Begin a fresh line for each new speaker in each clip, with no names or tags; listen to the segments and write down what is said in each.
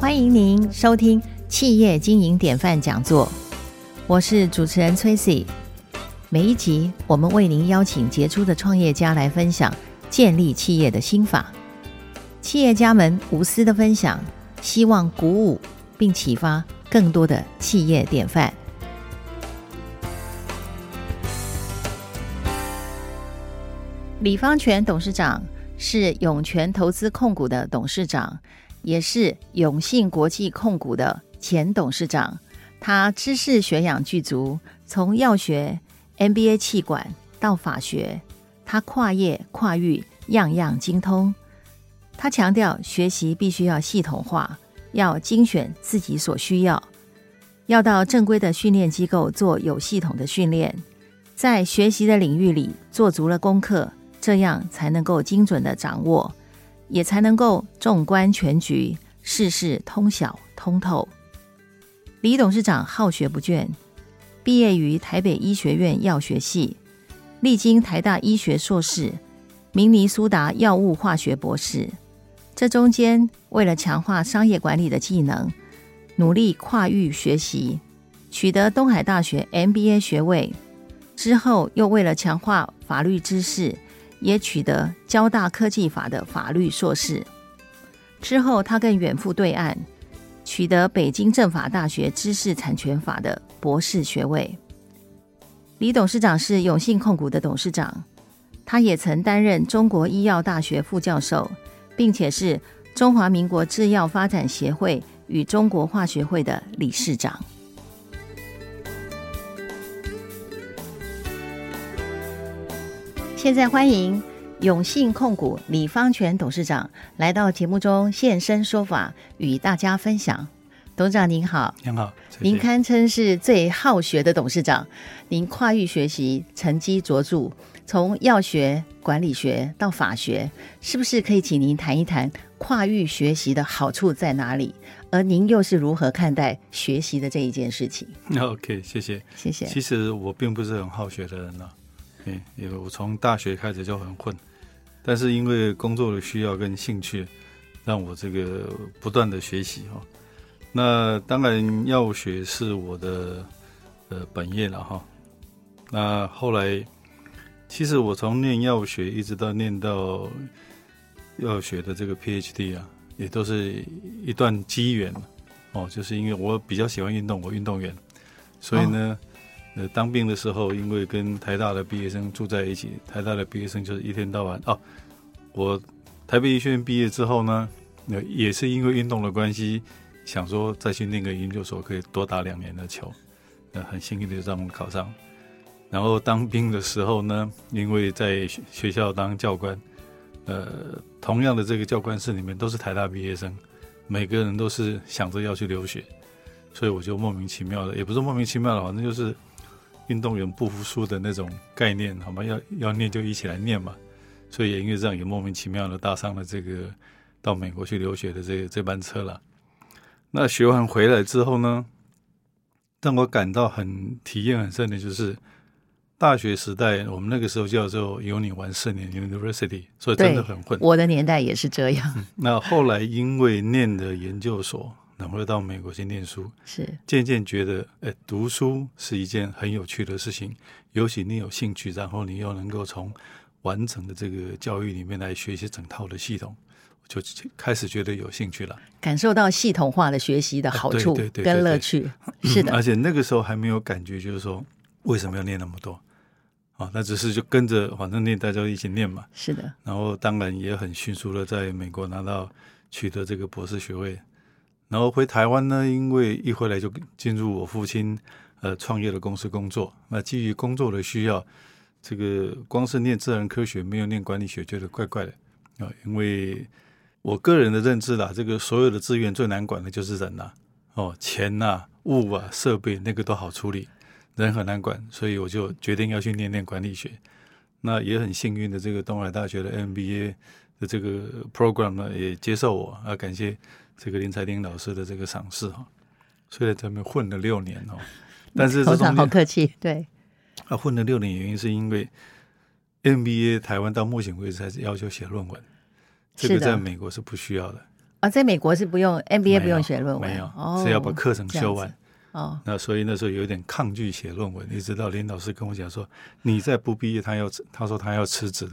欢迎您收听企业经营典范讲座，我是主持人 Tracy。每一集我们为您邀请杰出的创业家来分享建立企业的心法，企业家们无私的分享，希望鼓舞并启发更多的企业典范。李方全董事长是永泉投资控股的董事长，也是永信国际控股的前董事长。他知识学养具足，从药学、MBA 气管到法学，他跨业跨域，样样精通。他强调学习必须要系统化，要精选自己所需要，要到正规的训练机构做有系统的训练，在学习的领域里做足了功课，这样才能够精准的掌握，也才能够纵观全局，事事通晓通透。李董事长好学不倦，毕业于台北医学院药学系，历经台大医学硕士、明尼苏达药物化学博士。这中间，为了强化商业管理的技能，努力跨域学习，取得东海大学 MBA 学位。之后，又为了强化法律知识，也取得交大科技法的法律硕士。之后，他更远赴对岸，取得北京政法大学知识产权法的博士学位。李董事长是永信控股的董事长，他也曾担任中国医药大学副教授，并且是中华民国制药发展协会与中国化学会的理事长。现在欢迎永信控股李方全董事长来到节目中现身说法，与大家分享。董事长您好，
您好，谢谢
您堪称是最好学的董事长，您跨域学习成绩卓著，从药学、管理学到法学，是不是可以请您谈一谈跨域学习的好处在哪里？而您又是如何看待学习的这一件事情？
OK，谢谢。
谢谢。
其实我并不是很好学的人啊，嗯，因为我从大学开始就很混，但是因为工作的需要跟兴趣，让我这个不断的学习哈、那当然，药学是我的呃本业了哈。那后来，其实我从念药学一直到念到药学的这个 PhD 啊，也都是一段机缘哦，就是因为我比较喜欢运动，我运动员，所以呢，呃，当兵的时候，因为跟台大的毕业生住在一起，台大的毕业生就是一天到晚哦，我台北医学院毕业之后呢，那也是因为运动的关系，想说再去那个研究所可以多打两年的球，那很幸运的让我考上。然后当兵的时候呢，因为在学学校当教官，呃，同样的这个教官室里面都是台大毕业生，每个人都是想着要去留学，所以我就莫名其妙的，也不是莫名其妙的，反正就是运动员不服输的那种概念，好吗？要要念就一起来念嘛。所以也因为这样，也莫名其妙的搭上了这个到美国去留学的这这班车了。那学完回来之后呢，让我感到很体验很深的就是。大学时代，我们那个时候叫做“有你玩四年 ”（University），所以真的很混。
我的年代也是这样，
那后来因为念的研究所，然后又到美国去念书，
是
渐渐觉得，哎，读书是一件很有趣的事情，尤其你有兴趣，然后你又能够从完整的这个教育里面来学习整套的系统，我就开始觉得有兴趣了。
感受到系统化的学习的好处
啊对对对对嗯啊
跟乐趣。是的，
而且那个时候还没有感觉，就是说为什么要念那么多啊？那只是就跟着，反正念大家一起念嘛。
是的，
然后当然也很迅速的在美国拿到取得这个博士学位，然后回台湾呢，因为一回来就进入我父亲呃创业的公司工作，那基于工作的需要，这个光是念自然科学没有念管理学，觉得怪怪的啊、因为我个人的认知啦，这个所有的资源最难管的就是人啦、哦，钱呐、物啊、设备那个都好处理，人很难管，所以我就决定要去念念管理学。那也很幸运的，这个东海大学的 MBA 的这个 program 呢，也接受我啊，感谢这个林才丁老师的这个赏识哈、虽然咱们混了六年哦，但是这
董事
中
长好
间
客气，对，
啊混了六年，原因是因为 MBA 台湾到目前为止还是要求写论文，这个
是的
在美国是不需要的，
啊，在美国是不用 MBA
没有
不用写论文，
没有，
哦、
是要把课程
这样
修
子
完。
哦，
那所以那时候有点抗拒写论文，一直到林老师跟我讲说，你再不毕业，他要他说他要辞职了。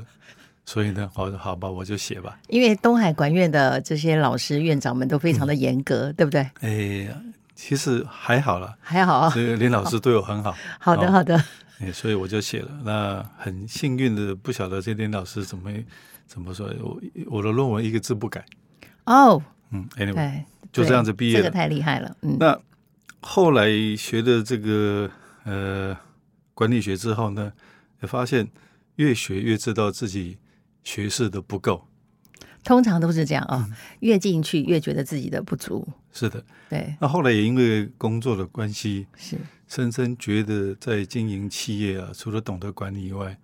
所以呢，我说好吧，我就写吧。
因为东海管院的这些老师院长们都非常的严
嗯
格，对不对？
哎，其实还好了，
还好，
这个林老师对我很好，
好的，好的，
哎，所以我就写了。那很幸运的，不晓得这林老师怎么怎么说，我我的论文一个字不改。
哦，
嗯，anyway，
对，
就
对
这样子毕业
这
了
个太厉害了，嗯，
那后来学的这个呃管理学之后呢，也发现越学越知道自己学识的不够。
通常都是这样啊、
嗯
越进去越觉得自己的不足，
是的，
对，
那后来也因为工作的关系，
是
深深觉得在经营企业啊，除了懂得管理以外，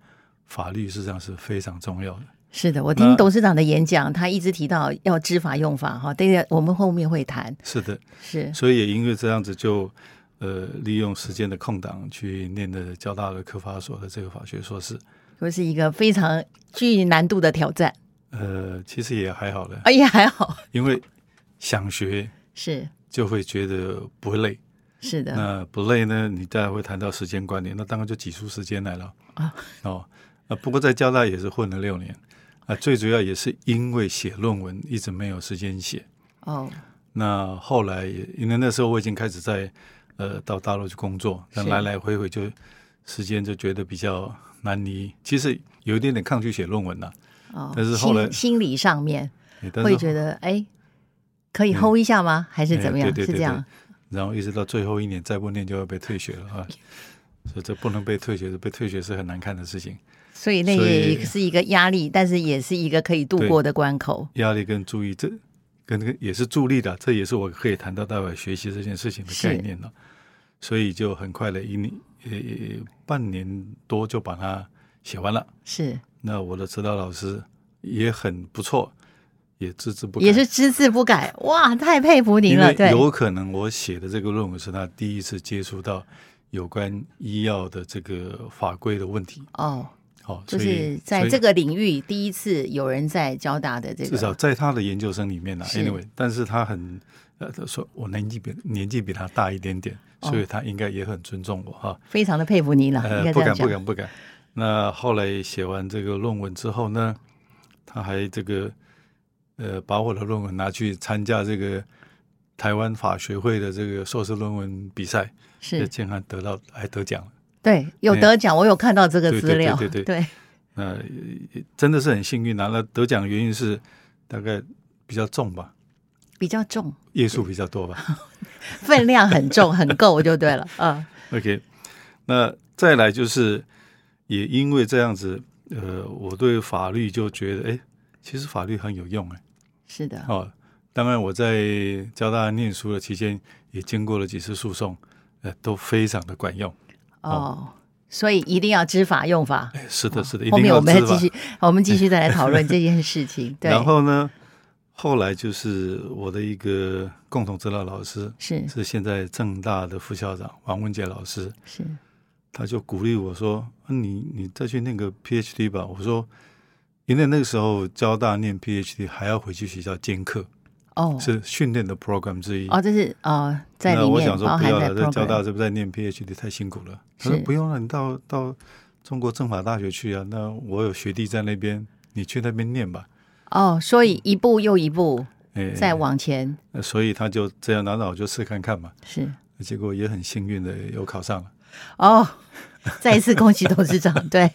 法律事实上是非常重要的。
是的。我
那
听董事长的演讲，他一直提到要知法用法哈，这个我们后面会谈，
是的，
是
所以也因为这样子就，呃，利用时间的空档去念的交大的科法所的这个法学硕士。
又是一个非常具难度的挑 战，
呃，其实也还好了，
哎呀，还好，
因为想学
是
就会觉得不累。
是的，
那不累呢，你当然会谈到时间观念，那当然就挤出时间来了。
啊
哦，啊，不过在交大也是混了六年，啊，最主要也是因为写论文一直没有时间写。
哦，
那后来也因为那时候我已经开始在呃到大陆去工作，但
是
来来回回就时间就觉得比较难离。其实有一点点抗拒写论文呐、
哦，
但是后来
心心理上面
也但是
会觉得，哎，可以
嗯
hold 一下吗？还是
哎
怎么样？
对对对
是这样，
然后一直到最后一年再不念就要被退学了啊，所以这不能被退学，被退学是很难看的事情。
所以那
所以
也是一个压力，但是也是一个可以度
对
过的关口。
压力跟注意，这跟那个也是助力的，这也是我可以谈到待会学习这件事情的概念了。所以就很快的一年呃半年多就把它写完了。
是，
那我的指导老师也很不错，也孜孜不改，
也是只字不改，哇，太佩服您
因
了，
为
对，
有可能我写的这个论文是他第一次接触到有关医药的这个法规的问题。
哦，
哦，
就
所以
是在
所以
这个领域第一次有人在交大的这
至少
个，
在他的研究生里面呢、
是
a n y w a y 但是他很呃，他说我年纪比年纪比他大一点点，
哦
所以他应该也很尊重我哈。
非常的佩服您了，应
呃，
该
不
这
敢
样
不
讲，
敢不敢。那后来写完这个论文之后呢，他还这个呃，把我的论文拿去参加这个台湾法学会的这个硕士论文比赛，
是
竟然得到还得奖了。
对，有得奖，我有看到这个资料，
哎对对对对
对
那、呃真的是很幸运拿了得奖，原因是大概比较重吧，
比较重，
页数比较多吧。
分量很重，很够就对了，嗯，
OK，那再来就是，也因为这样子，呃，我对法律就觉得，哎，其实法律很有用，哎，
是的，
哦，当然我在交大念书的期间，也经过了几次诉讼，呃，都非常的管用。
哦，所以一定要知法用法。
哎，是的，是的，一
哦后
定
面
要
我们
知
再
法
继。 续，我们继续再来讨论这件事情，对，
然后呢，后来就是我的一个共同指导老师，
是
是现在正大的副校长王文杰老师，
是
他就鼓励我说：“啊你你再去念个 PhD 吧。”我说：“因为那个时候交大念 PhD 还要回去学校兼课，
哦
是训练的 program 之一。
哦，这是哦，在
那
里
我
面
想说
包
不
含
要
在
了，在交
program
大这不在念 PhD 太辛苦了。他说
是
不用了，你到到中国政法大学去啊。那我有学弟在那边，你去那边念吧。
哦，所以一步又一步
哎，
再往前，
呃所以他就这样，那那我就试看看嘛。
是
结果也很幸运的有考上了。
哦， 再一次恭喜董事 长，对，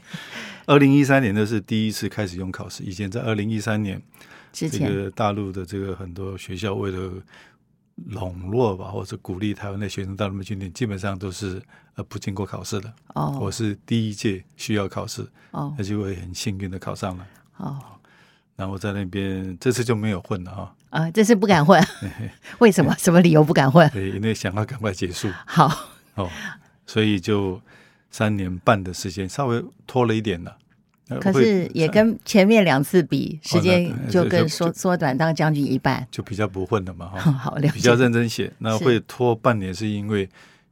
二零一三年呢是第一次开始用考试，以前在二零一三年。
之
这
前、
个大陆的这个很多学校为了笼络吧，或者鼓励台湾的学生到那边去念，基本上都是呃不经过考试的。我
哦
是第一届需要考试，
哦
那就会很幸运的考上了。
哦
然后在那边这次就没有混了啊，
啊，这是不敢 混，为什么？什么理由不敢混？
对，因为想要赶快结 束
好
哦，所以就三年半的时间稍微拖了一点了。呃
可
会哦
是也跟前面两次比，时间
那
就
就
跟
就
缩缩短到将近一半。
就比较不混了嘛 哈、
好了
比较
解，
认真写。那
是
会拖半年是因为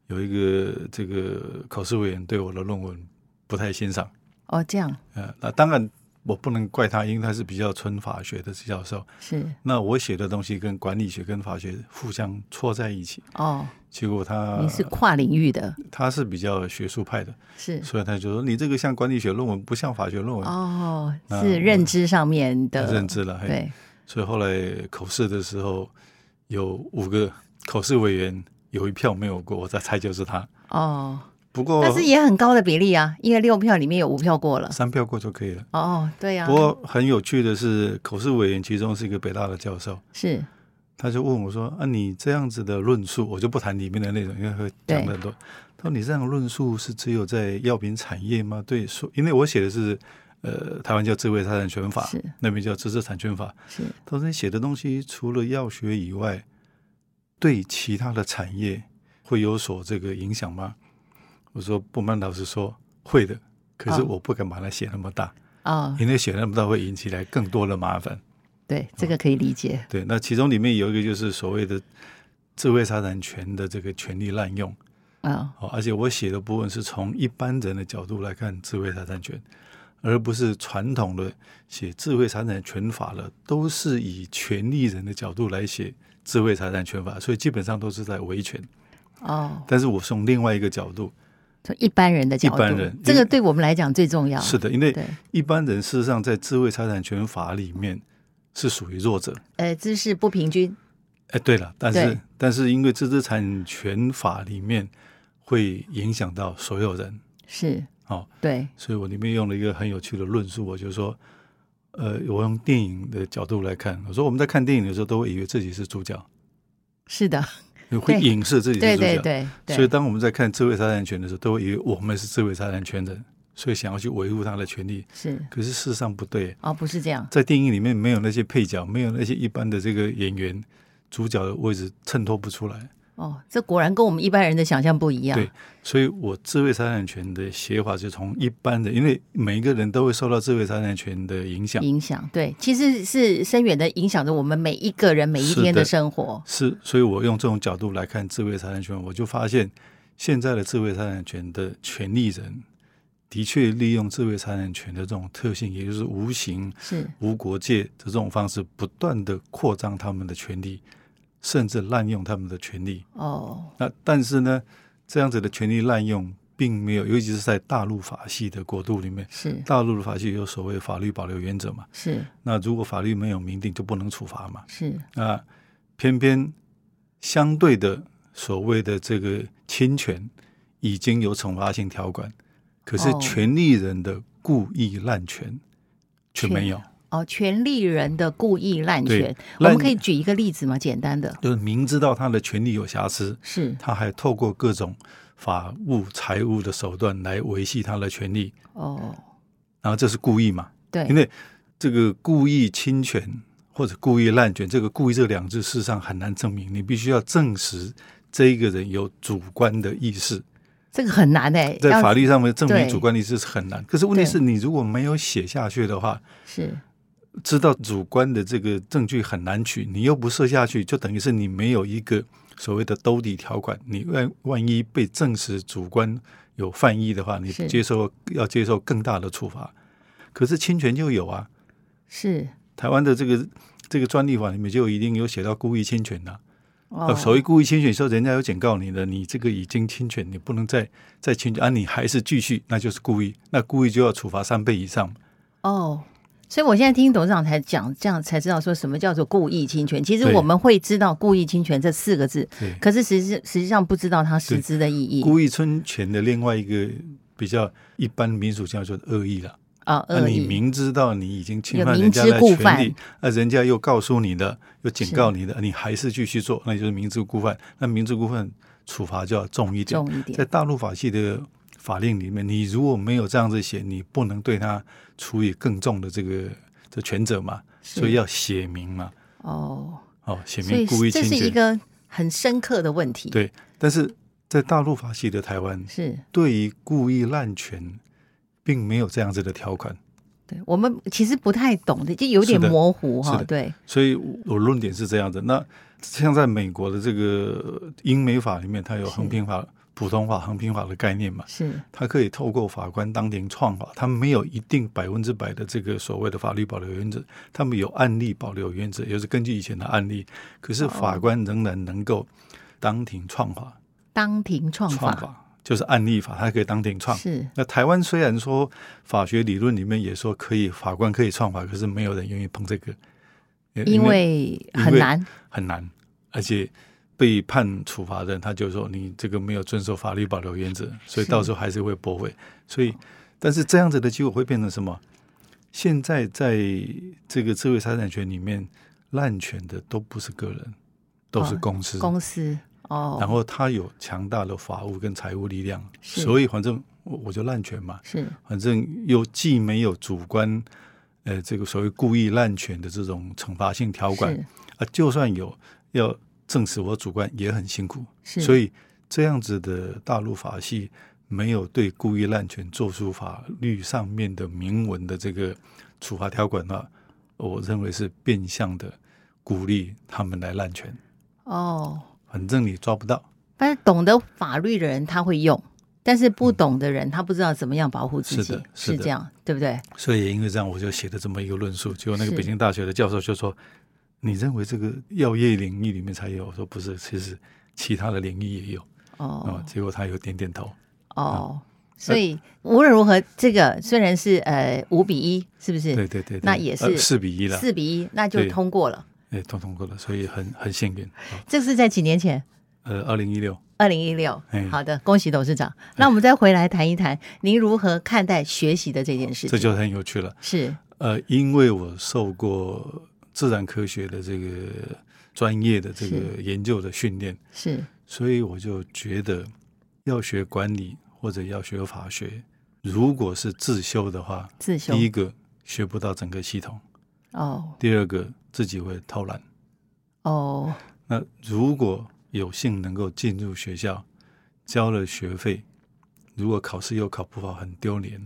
有一个这个考试委员对我的论文不太欣赏，
哦，这样
呃，那当然我不能怪他，因为他是比较纯法学的教授。
是
那我写的东西跟管理学跟法学互相错在一起，
哦，
结果他
你是跨领域的，
他是比较学术派的，
是
所以他就说你这个像管理学论文，不像法学论文，
哦，
那
是认知上面
他
的
认，知了。嘿，
对，
所以后来口试的时候，有五个口试委员有一票没有过，我再猜就是他。
哦，
不过
但是也很高的比例啊，因为六票里面有五票过了。
三票过就可以了。
哦，对呀、
不过很有趣的是，口试委员其中是一个北大的教授，
是
他就问我说：“啊，你这样子的论述，我就不谈里面的内容，因为会
对
讲的很多。”他说：“你这样的论述是只有在药品产业吗？”对，说因为我写的是呃，台湾叫智慧财产权法
是，
那边叫知识产权法。
是
他说：“你写的东西除了药学以外，对其他的产业会有所这个影响吗？”我说：“不瞒老师说，会的。可是
哦
我不敢把它写那么大，
哦，
因为写那么大会引起来更多的麻烦。”
对，这个可以理解。
对，那其中里面有一个就是所谓的智慧财产权的这个权利滥用
嗯，
哦，而且我写的部分是从一般人的角度来看智慧财产权，而不是传统的写智慧财产权法了，都是以权利人的角度来写智慧财产权法，所以基本上都是在维权。
哦，
但是我从另外一个角度，
从一般人的角度，
一般人
这个对我们来讲最重要。
是的，因为
对，
一般人事实上在智慧财产权法里面是属于弱者，
呃，知识不平均，
哎，对了，但是
对
但是因为知识产权法里面会影响到所有人，
是
哦，
对，
所以我里面用了一个很有趣的论述，我就说，呃，我用电影的角度来看，我说我们在看电影的时候都会以为自己是主角，
是的，
会影射自己是
对
主角，
对对对，
所以当我们在看智慧财产权的时候，都会以为我们是智慧财产权人，所以想要去维护他的权利，
是
可是事实上不对，
哦，不是这样，
在电影里面没有那些配角，没有那些一般的这个演员，主角的位置衬托不出来。
哦，这果然跟我们一般人的想象不一样。
对所以我智慧财产权的写法就从一般的，因为每一个人都会受到智慧财产权的影响，
影响对，其实是深远的影响着我们每一个人每一天的
是的
生活。
是，所以我用这种角度来看智慧财产权，我就发现现在的智慧财产权的权利人的确利用智慧财产权的这种特性，也就是无形、
是
无国界的这种方式，不断的扩张他们的权利，甚至滥用他们的权利。
哦，
那但是呢，这样子的权利滥用并没有，尤其是在大陆法系的国度里面。
是
大陆的法系有所谓法律保留原则嘛，
是
那如果法律没有明定，就不能处罚嘛。
是
那偏偏相对的所谓的这个侵权已经有惩罚性条款，可是
哦
权利人的故意滥权却没有，
哦，权利人的故意滥
对
权，我
滥
们可以举一个例子吗？简单的，
就是明知道他的权利有瑕疵，
是
他还透过各种法务、财务的手段来维系他的权利，
哦，
然后这是故意嘛？
对，
因为这个故意侵权或者故意滥权，这个故意这两字事实上很难证明，你必须要证实这一个人有主观的意识，
这个很难哎、
在
要
法律上面证
对
明主观意识是很难。可是问题是你如果没有写下去的话，
是
知道主观的这个证据很难取，你又不设下去，就等于是你没有一个所谓的兜底条款。你万万一被证实主观有犯意的话，你
是
接受要接受更大的处罚。可是侵权就有啊，
是
台湾的这个这个专利法里面就一定有写到故意侵权的、
哦
呃，所谓故意侵权，说人家有警告你的，你这个已经侵权，你不能再再侵权啊，你还是继续，那就是故意，那故意就要处罚三倍以上。
哦。所以，我现在听董事长才讲，这样才知道说什么叫做故意侵权。其实
对
我们会知道“故意侵权”这四个字，
对，
可是实际实际上不知道它实
对
质的意义
故意侵权的另外一个比较一般民俗叫做恶意了，
啊，
那
恶
你
意
明知道你已经侵
有
犯
明
人家
知
的
故
权
犯
利，那人家又告诉你的，又警
是
告你的，你还是继续做，那就是明知故犯。那明知故犯处罚就要重一点。
重一点
在。大陆法系的法令里面，你如果没有这样子写，你不能对他处以更重的这个的权责嘛，
是
所以要写明嘛，
哦，
哦，写
所以
明故意
这
侵
是一
权。
个很深刻的问题。，
对，但是在大陆法系的台湾，
是
对于故意滥权，并没有这样子的条款，
对我们其实不太懂的，就有点
是的
模糊
是
哈。
的
对，
所以我我论点是这样的。那像在美国的这个英美法里面，它有
是
横平法普通法、衡平法的概念嘛，
是
他可以透过法官当庭创法，他没有一定百分之百的这个所谓的法律保留原则，他们有案例保留原则，也就是根据以前的案例，可是
哦
法官仍然能够当庭创法，
当庭创
创法就是案例法，他可以当庭创。
是
那台湾虽然说法学理论里面也说可以，法官可以创法，可是没有人愿意碰这个，
因为
因
很
为
难，
很难，而且被判处罚的人他就说你这个没有遵守法律保留原则，所以
是
到时候还是会驳回。所以，但是这样子的结果会变成什么？现在在这个智慧财产权里面，滥权的都不是个人，都是
哦
公司。
公司
然
哦，
后他有强大的法务跟财务力量，
是
所以反正我我就滥权嘛，
是
反正又既没有主观，呃，这个所谓故意滥权的这种惩罚性条款，
是
啊，就算有要证实我主观也很辛苦，
是，
所
以
以这样子的大陆法系没有对故意滥权做出法律上面的明文的这个处罚条款的话，我认为是变相的鼓励他们来滥权，
哦，
反正你抓不到，
但是懂得法律的人他会用，但是不懂的人他不知道怎么样保护自
是
己
的，是的
这样对不对？
所以也因为这样，我就写了这么一个论述，结果那个
是
北京大学的教授就说：“你认为这个药业领域里面才有？”我说：“不是，其实其他的领域也有。”
哦
啊，结果他有点点头。啊
哦，所
呃
以无论如何，这个虽然是呃五比一，是不
对
是？
对对，对
那也是
呃四比一了，
四比一，那就
对
通过了。
哎，都通过了，所以很很幸运。好
这是在几年前。
呃，二零一六，
二零一六
哎，
好的，恭喜董事长。那我们再回来谈一谈，您如何看待学习的这件事
这
情？
就很有趣了。
是
呃，因为我受过自然科学的这个专业的这个研究的训练，
是
所以我就觉得要学管理或者要学法学，如果是自修的话，
自修
第一个学不到整个系统，
哦
第二个自己会偷懒。
哦
那如果有幸能够进入学校，交了学费，如果考试又考不好，很丢脸，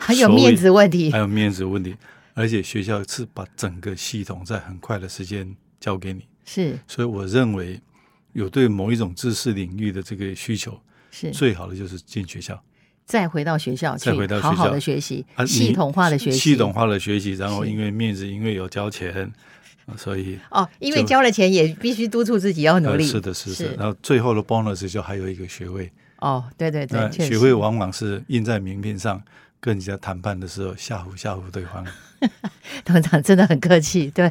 还有
所以哎
面子问题
还有面子问题。而且学校是把整个系统在很快的时间交给你，
是
所以我认为有对某一种知识领域的这个需求，
是
最好的就是进学校，
再回到学校去
再回到学校
好好的学习
啊，你
系统化的学习，
系统化的学习，然后
是
因为面子，因为有交钱，啊所以
哦，因为
就
交了钱也必须督促自己要努力。
呃是的，是的，
是
然后最后的 bonus 就还有一个学位，
哦，对对对
那，
确
学
实
位往往是印在名片上，跟人家谈判的时候吓唬吓唬对方。
董事长真的很客气，对，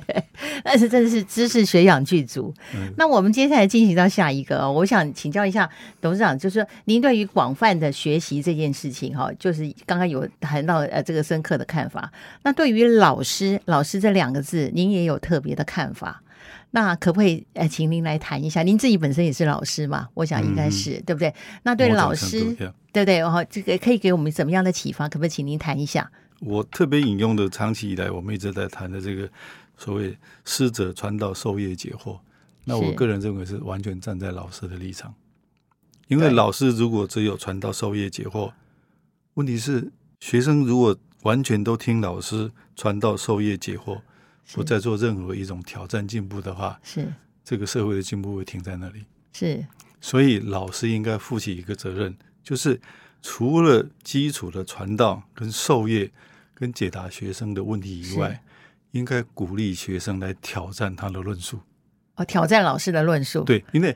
但是真的是知识学养具足。
嗯
那我们接下来进行到下一个哦，我想请教一下董事长，就是您对于广泛的学习这件事情哈、就是刚刚有谈到呃这个深刻的看法。那对于老师，老师这两个字，您也有特别的看法。那可不可以呃，请您来谈一下？您自己本身也是老师嘛，我想应该是、对不对？那对
嗯某种
老
程
师，
度，yeah
对不对？哦，这个可以给我们怎么样的启发？可不可以请您谈一下？
我特别引用的长期以来我们一直在谈的这个所谓“师者，传道授业解惑”，那我
是
个人认为是完全站在老师的立场，因为
对
老师如果只有传道授业解惑，问题是学生如果完全都听老师传道授业解惑，不再做任何一种挑战进步的话，
是
这个社会的进步会停在那里。
是
所以老师应该负起一个责任，就是除了基础的传道跟授业跟解答学生的问题以外，应该鼓励学生来挑战他的论述。
哦，挑战老师的论述。
对，因为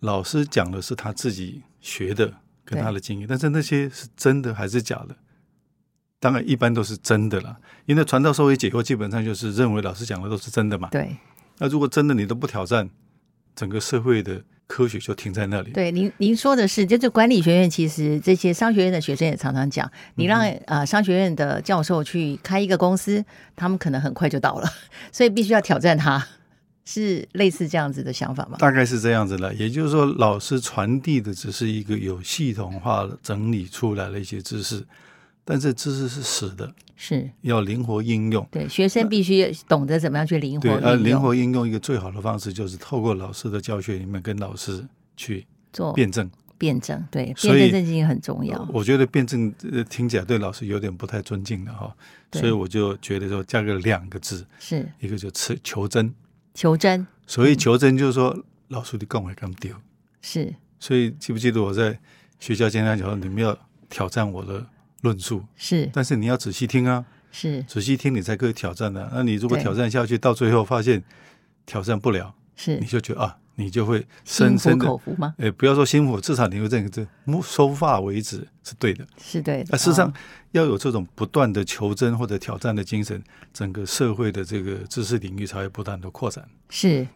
老师讲的是他自己学的跟他的经验，但是那些是真的还是假的？当然，一般都是真的啦。因为传道授业解惑基本上就是认为老师讲的都是真的嘛。
对
那如果真的你都不挑战，整个社会的科学就停在那里。
对，您您说的是，就是管理学院其实这些商学院的学生也常常讲，你
嗯
让呃商学院的教授去开一个公司，他们可能很快就到了， 所以必须要挑战他，是类似这样子的想法吗？
大概是这样子的，也就是说，老师传递的只是一个有系统化的整理出来的一些知识，但是知识是死的，
是
要灵活应用。
对，学生必须懂得怎么样去灵活
对，呃，
运
灵
用
活应用一个最好的方式就是透过老师的教学里面跟老师去
做
辩证。
辩证，对，辩
所
证
以
这件事情很重要。
我觉得辩证呃听起来对老师有点不太尊敬的哈、
对
所以我就觉得说加个两个字，
是
一个就求求真。
求真，嗯
所以求真就是说，老师你讲话咁丢，
是
所以记不记得我在学校简单讲，你们要挑战我的论述，
是
但是你要仔细听啊，
是
仔细听你才可以挑战的、那你如果
对
挑战下去，到最后发现挑战不了，
是
你，就觉得啊，你就会深
心服
深的
口，服吗？
哎，不要说心服，至少你会认这收发为止是对的。
是对的。
啊，事实上
哦，
要有这种不断的求真或者挑战的精神，整个社会的这个知识领域才会不断的扩展。
是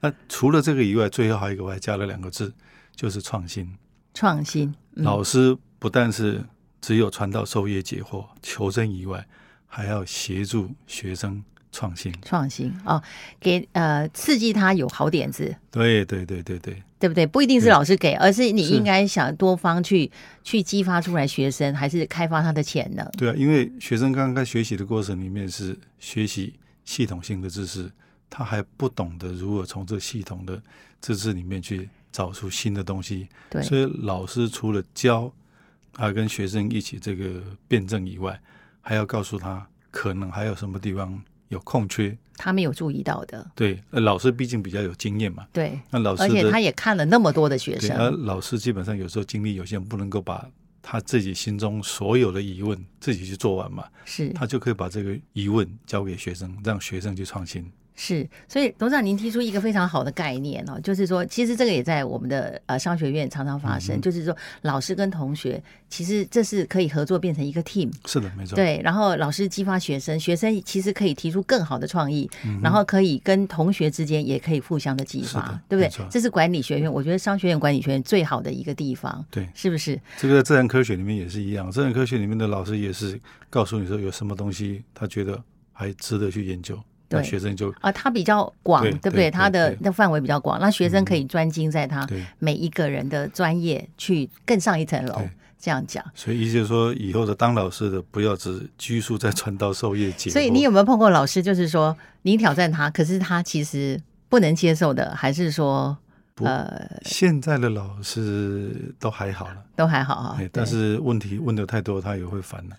那除了这个以外，最后还有一个我还加了两个字，就是创新。
创新，嗯
老师不但是只有传道授业解惑、求真以外，还要协助学生创新。
创新哦，给呃刺激他有好点子，
对对对对对，
对不对？不一定是
对
老师给，而是你
是
应该想多方去去激发出来学生，还是开发他的潜能。
对啊，因为学生刚刚学习的过程里面是学习系统性的知识，他还不懂得如何从这系统的知识里面去找出新的东西。
对，
所以老师除了教啊跟学生一起这个辩证以外，还要告诉他可能还有什么地方有空缺。
他没有注意到的，
对，呃老师毕竟比较有经验嘛，
对，
那老师
而且
的
他也看了那么多的学
对，啊
生，
而老师基本上有时候精力有限，不能够把他自己心中所有的疑问自己去做完嘛，
是
他就可以把这个疑问交给学生，让学生去创新。
是，所以董事长您提出一个非常好的概念哦，就是说，其实这个也在我们的呃商学院常常发
嗯
生，就是说老师跟同学其实这是可以合作变成一个 team，
是的，没错。
对，然后老师激发学生，学生其实可以提出更好的创意，然后可以跟同学之间也可以互相的激
嗯是
发，
的
对不对
没错？
这是管理学院，我觉得商学院管理学院最好的一个地方，
对
是不是？
这个在自然科学里面也是一样，自然科学里面的老师也是告诉你说有什么东西他觉得还值得去研究，
对
那学生就
啊，它比较广，
对
对不
对
对？它
对
的
对嗯
那范围比较广，那学生可以专精在它
对。
每一个人的专业去更上一层楼
对。
这样讲，
所以，意思就是说，以后的当老师的不要只拘束在传道授业解惑。
所以你有没有碰过老师，就是说你挑战他，可是他其实不能接受的，还是说
不
呃
现在的老师都还好了，
都还好啊
哎？但是问题问的太多，他也会烦了。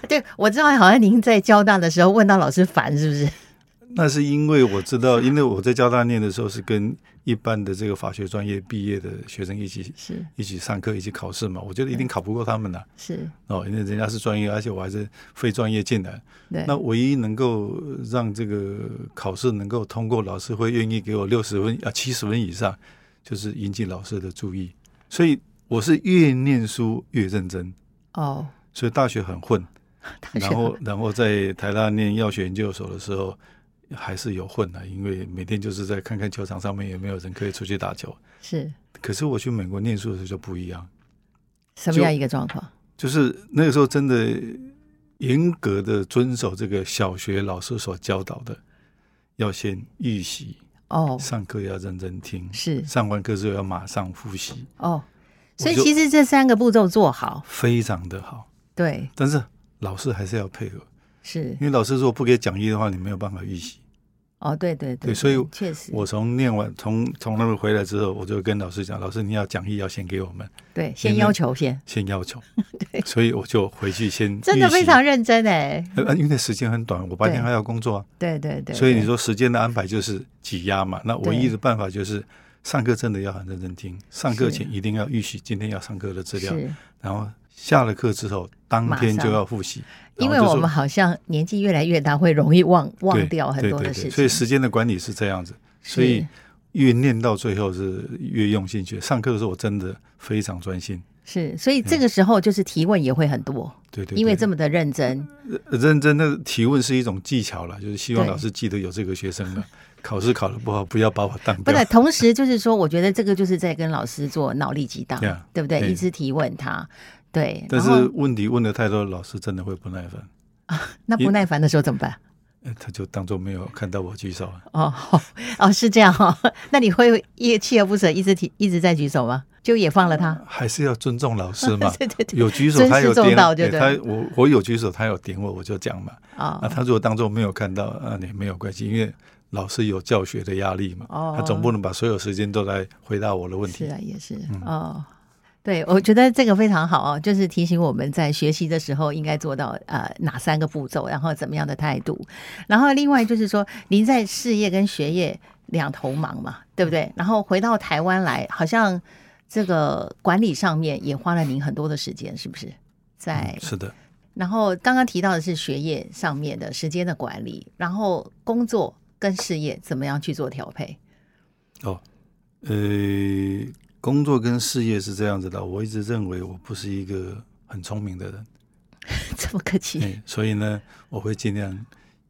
对对我知道，好像您在交大的时候问到老师烦，是不是？
那是因为我知道，因为我在交大念的时候是跟一般的这个法学专业毕业的学生一起
是
一起上课、一起考试嘛，我觉得一定考不过他们的、
是，
哦，因为人家是专业，而且我还是非专业进来。
对
那唯一能够让这个考试能够通过，老师会愿意给我六十分啊七十分以上，就是引起老师的注意。所以我是越念书越认真，
哦，
所以大学很混。
大学
然后，然后在台大念药学研究所的时候，还是有混的、啊因为每天就是在看看球场上面有没有人可以出去打球。
是
可是我去美国念书的时候就不一样，
什么
就
样一个状况？
就是那个时候真的严格的遵守这个小学老师所教导的，要先预习，
哦，
上课要认真听，
是
上完课之后要马上复习，
哦，所以
我就
其实这三个步骤做好，
非常的好。
对，
但是老师还是要配合，
是
因为老师如果不给讲义的话，你没有办法预习。
哦，对对
对所以
确实
我从念完从从那边回来之后，我就跟老师讲，老师你要讲义要先给我们，
对，先
你
要
们
求先，
先 要求。对，所以我就回去先
真的
预习
非常认真哎，
呃，因为时间很短，我白天
对
还要工作啊。
对对对，
所以
对
你说时间的安排就是挤压嘛，那唯一的办法就是上课真的要很认真听，上课前一定要预习今天要上课的资料，
是
然后下了课之后当天
马上
就要复习，
因为
然后就
我
是
们好像年纪越来越大，会容易忘忘
对
掉很
对
多的
对
事
对
情，
所以时间的管理是这样子，所以
是
越念到最后是越用心去上课的时候，我真的非常专心。
是，所以这个时候就是提问也会很多，
对对，
因为
对
这么的认真，
认真的提问是一种技巧了，就是希望
对
老师记得有这个学生了。考试考得不好，不要把我当
不
掉
是，。同时就是说，我觉得这个就是在跟老师做脑力激荡
Yeah，
对不对？
对
一直提问他，对，
但是
然后
问题问的太多，老师真的会不耐烦。
那不耐烦的时候怎么办？
呃他就当做没有看到我举手啊。
哦哦 哦，是这样哦， 那你会一锲而不舍，一直提，一直在举手吗？就也放了他，。
还是要尊重老师嘛
对对对，
有举手，
尊师
他有
重
点
道
我，
就
对
对
他我我有举手，他有点我，我就讲嘛。那
哦，
他如果当做没有看到，啊，也没有关系，因为老师有教学的压力嘛
哦，
他总不能把所有时间都来回答我的问
是
题。
啊，也是、
嗯
哦。对，我觉得这个非常好哦，就是提醒我们在学习的时候应该做到呃哪三个步骤，然后怎么样的态度。然后另外就是说，您在事业跟学业两头忙嘛，对不对？然后回到台湾来，好像这个管理上面也花了您很多的时间，是不是？在
嗯是的，
然后刚刚提到的是学业上面的时间的管理，然后工作跟事业怎么样去做调配？
呃，工作跟事业是这样子的，我一直认为我不是一个很聪明的 人，
这么客气，
哎，所以呢，我会尽量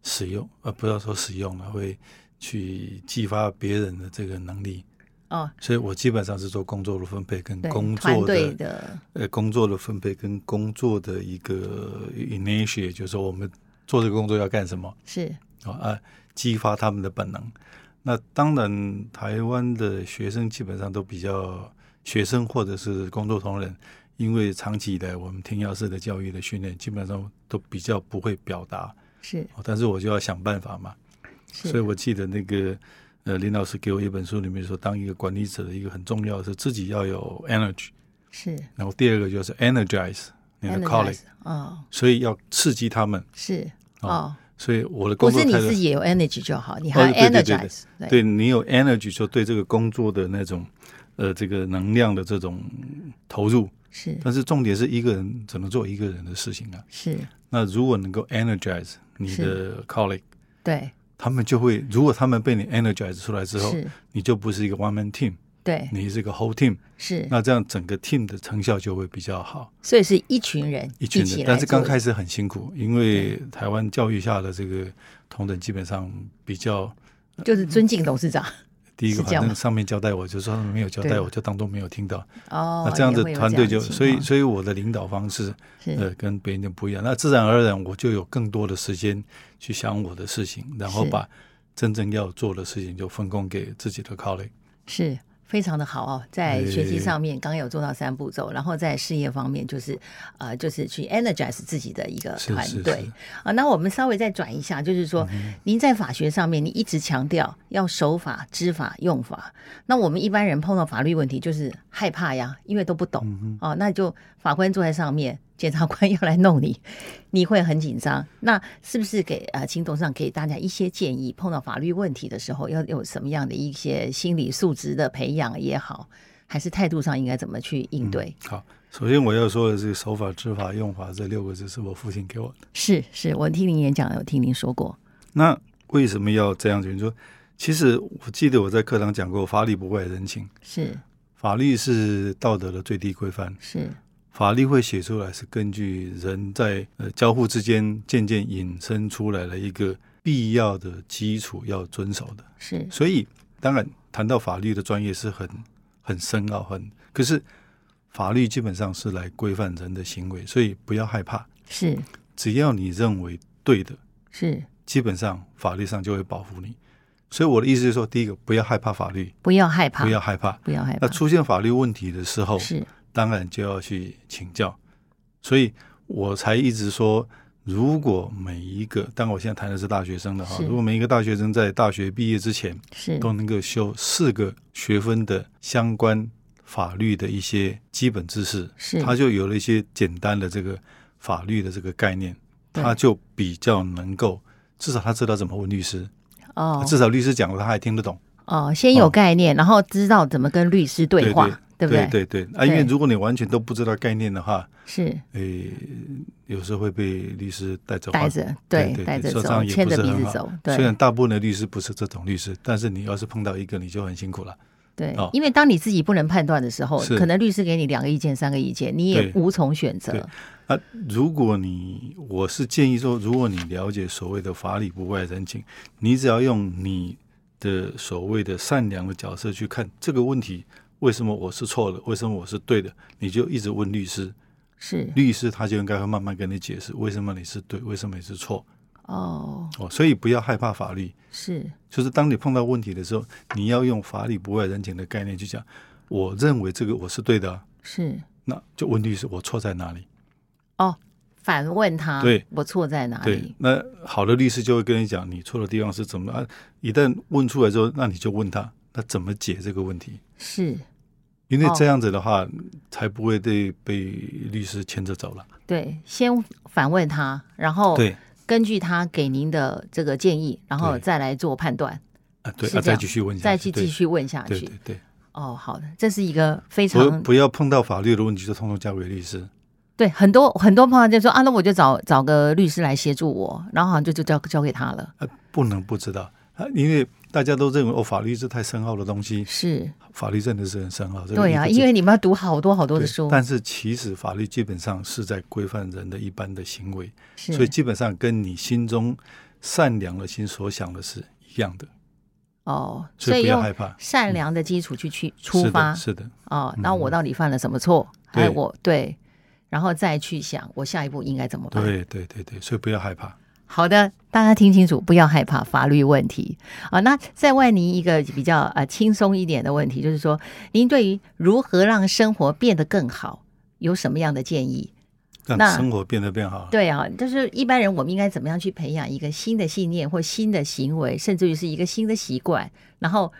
使用，呃，不要说使用了，会去激发别人的这个能力。
哦，
所以我基本上是做工作的分配跟
对，
嗯工
团
作
队
的
的
呃工作的分配跟工作的一个 initiate，就是说我们做这个工作要干什么
是
啊啊，激发他们的本能。那当然，台湾的学生基本上都比较学生或者是工作同仁，因为长期以来我们听药师的教育的训练，基本上都比较不会表达，
是
哦但是我就要想办法嘛。
是，
所以我记得那个呃林老师给我一本书里面说，当一个管理者的一个很重要的是自己要有 energy，
是
然后第二个就是 energize 你的 colleague，
energize，哦，
所以要刺激他们。
是
哦
哦，
所以我的工
不
作
是你
态
自
度，
己有 energy 就好，你还要
对对对对
energize，
对你有 energy 就对这个工作的那种呃这个能量的这种投入，
是
但是重点是一个人只能做一个人的事情啊。
是，
那如果能够 energize 你的 colleague，
对
他们就会，如果他们被你 energize 出来之后，
是，
你就不是一个 one man team，
对
你是一个 whole team。
是，
那这样整个 team 的成效就会比较好，
所以是一群人
一群
起
人。
来
但是刚
做
开始很辛苦，因为台湾教育下的这个同等基本上比较
就是尊敬董事长
第一个，
是这样
反
吗
正上面交代我，就说他们没有交代，
对
我就当做没有听到。
哦
那，这样
也
子
会有
团队
这
就
样的
所以
情
所以我的领导方式
况
呃
是
跟别人就不一样，那自然而然我就有更多的时间去想我的事情，然后
是
把真正要做的事情就分工给自己的 colleague。
是非常的好哦，在学习
哎
上面刚刚有做到三步骤，然后在事业方面就是呃就是去 energize 自己的一个
是
团
是
队
是嗯
啊。那我们稍微再转一下，就是说您在法学上面，你一直强调要守法、知法、用法。那我们一般人碰到法律问题就是害怕呀，因为都不懂
嗯
哦、那就法官坐在上面。检察官要来弄你， 你会很紧张。那是不是给呃，秦董事长给大家一些建议？碰到法律问题的时候，要有什么样的一些心理素质的培养也好，还是态度上应该怎么去应对？
嗯好，首先我要说的是守法、知法、用法这六个字是我父亲给我的。
是是，我听您演讲，有听您说过，
那为什么要这样子？你说，其实我记得我在课堂讲过，法理不外人情，
是
法律是道德的最低规范，
是
法律会写出来是根据人在呃交互之间渐渐引申出来的一个必要的基础要遵守的。
是
所以，当然谈到法律的专业是很很深奥，很可是法律基本上是来规范人的行为，所以不要害怕，
是
只要你认为对的，
是，
基本上法律上就会保护你。所以我的意思是说，第一个不要害怕法律，
不要害怕，
不要害怕。
不要害
那
怕，
出现法律问题的时候，
是
当然就要去请教。所以我才一直说，如果每一个，当然我现在谈的是大学生了哈
是，
如果每一个大学生在大学毕业之前
是
都能够修四个学分的相关法律的一些基本知识，
是
他就有了一些简单的这个法律的这个概念，
对
他就比较能够，至少他知道怎么问律师，
哦
至少律师讲过他还听得懂。
哦，先有概念，然后知道怎么跟律师对话，
对
不对？
对对啊，因为
对
如果你完全都不知道概念的话，
是
诶，有时候会被律师带着
带
晃
着
对对
带着
所以这
走，
样也
牵
不
着
是
鼻
很
子
好
走，对
虽然大部分的律师不是这种律师，但是你要是碰到一个，你就很辛苦了。
对
哦，
因为当你自己不能判断的时候，
是
可能律师给你两个意见、三个意见，你也
对
无从选
对
择。
啊，如果你我是建议说，如果你了解所谓的法理不外人情，你只要用你的所谓的善良的角色去看这个问题，为什么我是错的，为什么我是对的，你就一直问律师，
是
律师他就应该会慢慢跟你解释为什么你是对，为什么你是错
哦，
哦，所以不要害怕法律，
是
就是当你碰到问题的时候，你要用法理不外人情的概念去讲，我认为这个我是对的啊，
是
那就问律师我错在哪里。
哦，反问他，
对，
我错在哪
对
里？，
那好的律师就会跟你讲你错的地方是怎么啊。一旦问出来之后，那你就问他，那怎么解这个问题？
是
因为
哦
这样子的话，才不会被被律师牵着走了。
对，先反问他，然后
对
根据他给您的这个建议，然后
对
再来做判断，
啊，对
是
啊，
这
再
样
继续问下去，
再去继续问下
对对
去。
对对，
哦，好的，这是一个非
不
常
不要碰到法律的问题就通通交给律师。
对很多很多朋友就说啊，那我就找找个律师来协助我，然后好像就就交交给他了。
啊，不能不知道啊，因为大家都认为哦，法律是太深奥的东西，
是，
法律真的是很深奥。这个
对呀、
一个字
因为你们要读好多好多的
对
书，
但是其实法律基本上是在规范人的一般的行为，
是
所以基本上跟你心中善良的心所想的是一样的，
哦，
所
所以
以不要
用
害怕。嗯
善良的基础去去
是
出
的
发
是的，
哦，那我到底犯了什么错？
对
还有我对，然后再去想我下一步应该怎么办。
对对对对，所以不要害怕。
好的，大家听清楚，不要害怕法律问题啊。那再问您一个比较呃轻松一点的问题，就是说，您对于如何让生活变得更好有什么样的建议？
让
那
生活变得变好，
对啊，就是一般人我们应该怎么样去培养一个新的信念或新的行为，甚至于是一个新的习惯，然后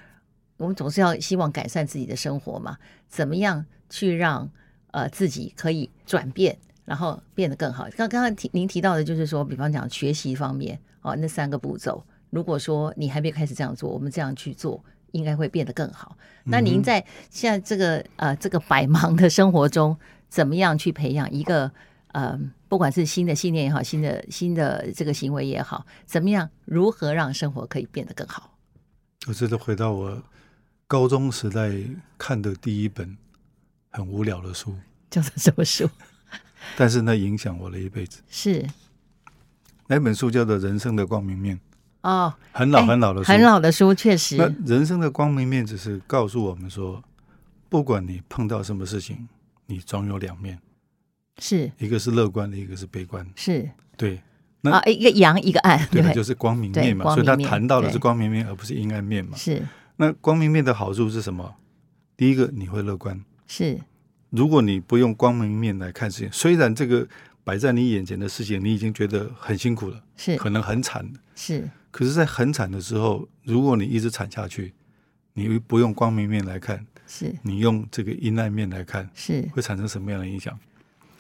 我们总是要希望改善自己的生活嘛？怎么样去让呃自己可以转变，然后变得更好？刚刚刚提您提到的就是说，比方讲学习方面哦，那三个步骤，如果说你还没有开始这样做，我们这样去做。应该会变得更好。那
嗯
您在现在这个呃这个百忙的生活中，怎么样去培养一个呃，不管是新的信念也好，新的新的这个行为也好，怎么样，如何让生活可以变得更好？
我这次回到我高中时代看的第一本很无聊的书，
叫做什么书？
但是那影响我了一辈子。
是
那本书叫做《人生的光明面》，
哦，
很老
哎
很老的书，
很老的书，确
那
实
人生的光明面只是告诉我们说，不管你碰到什么事情，你总有两面，
是
一个是乐观的，一个是悲观。
是
对，那
啊，一个阳一个暗，
对
对
的，就是光明面嘛。
对
所以他
光明面
谈到的是
对
光明面，而不是阴暗面嘛。
是
那光明面的好处是什么？第一个，你会乐观。
是
如果你不用光明面来看事情，虽然这个摆在你眼前的事情，你已经觉得很辛苦了，
是
可能很惨，
是
可是，在很惨的时候，如果你一直惨下去，你不用光明面来看，
是
你用这个阴暗面来看，
是
会产生什么样的影响？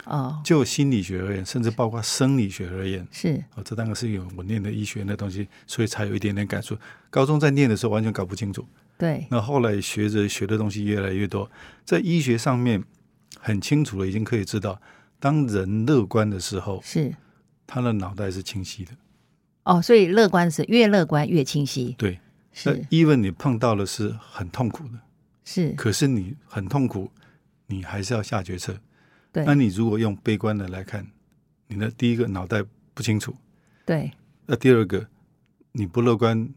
哦，
就心理学而言，甚至包括生理学而言，
是
哦，这当然是有我念的医学那东西，所以才有一点点感触。高中在念的时候完全搞不清楚，
对
那后来学着学的东西越来越多，在医学上面很清楚了，已经可以知道，当人乐观的时候，
是
他的脑袋是清晰的。
哦，所以乐观是越乐观越清晰，
对，那
是
even 你碰到的是很痛苦的，
是
可是你很痛苦，你还是要下决策。
对
那你如果用悲观的来看，你的第一个脑袋不清楚，
对
那第二个你不乐观，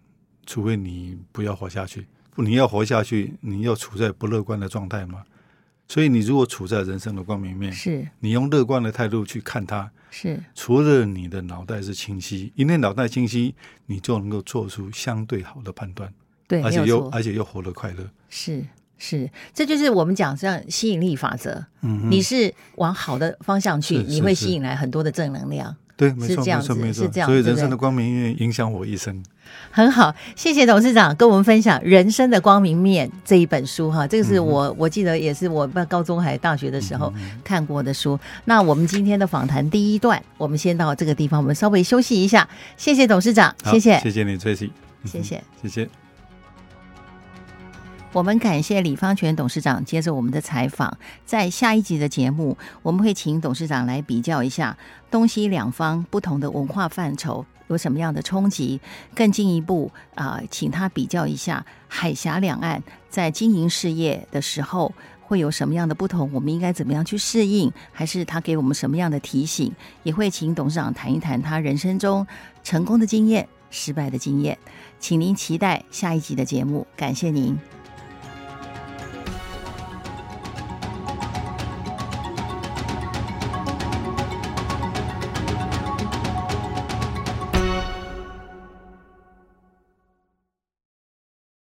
除非你不要活下去。不，你要活下去，你要处在不乐观的状态嘛。所以你如果处在人生的光明面，
是
你用乐观的态度去看它，
是
除了你的脑袋是清晰，因为脑袋清晰，你就能够做出相对好的判断，
对，
而
没
且
有
又啊
错。
而且又活得快乐。
是是，这就是我们讲像吸引力法则。
嗯哼
你是往好的方向去，
是
你
是
会
是
吸引来很多的正能量。
对，没
是
错，
这样
没错，
子
没
是
错。
这样
所以
对不
人
对
生的光明面影响我一生。
很好，谢谢董事长跟我们分享《人生的光明面》这一本书哈，这个
嗯
是我、我记得也是我不高中还大学的时候看过的书。那我们今天的访谈第一段，我们先到这个地方，我们稍微休息一下。谢谢董事长，
好
谢谢，
谢谢你，Tracy，嗯
谢谢。
谢谢。
我们感谢李方全董事长接受我们的采访。在下一集的节目，我们会请董事长来比较一下东西两方不同的文化范畴有什么样的冲击，更进一步啊、请他比较一下海峡两岸在经营事业的时候。会有什么样的不同？我们应该怎么样去适应？还是他给我们什么样的提醒？也会请董事长谈一谈他人生中成功的经验、失败的经验。请您期待下一集的节目，感谢您。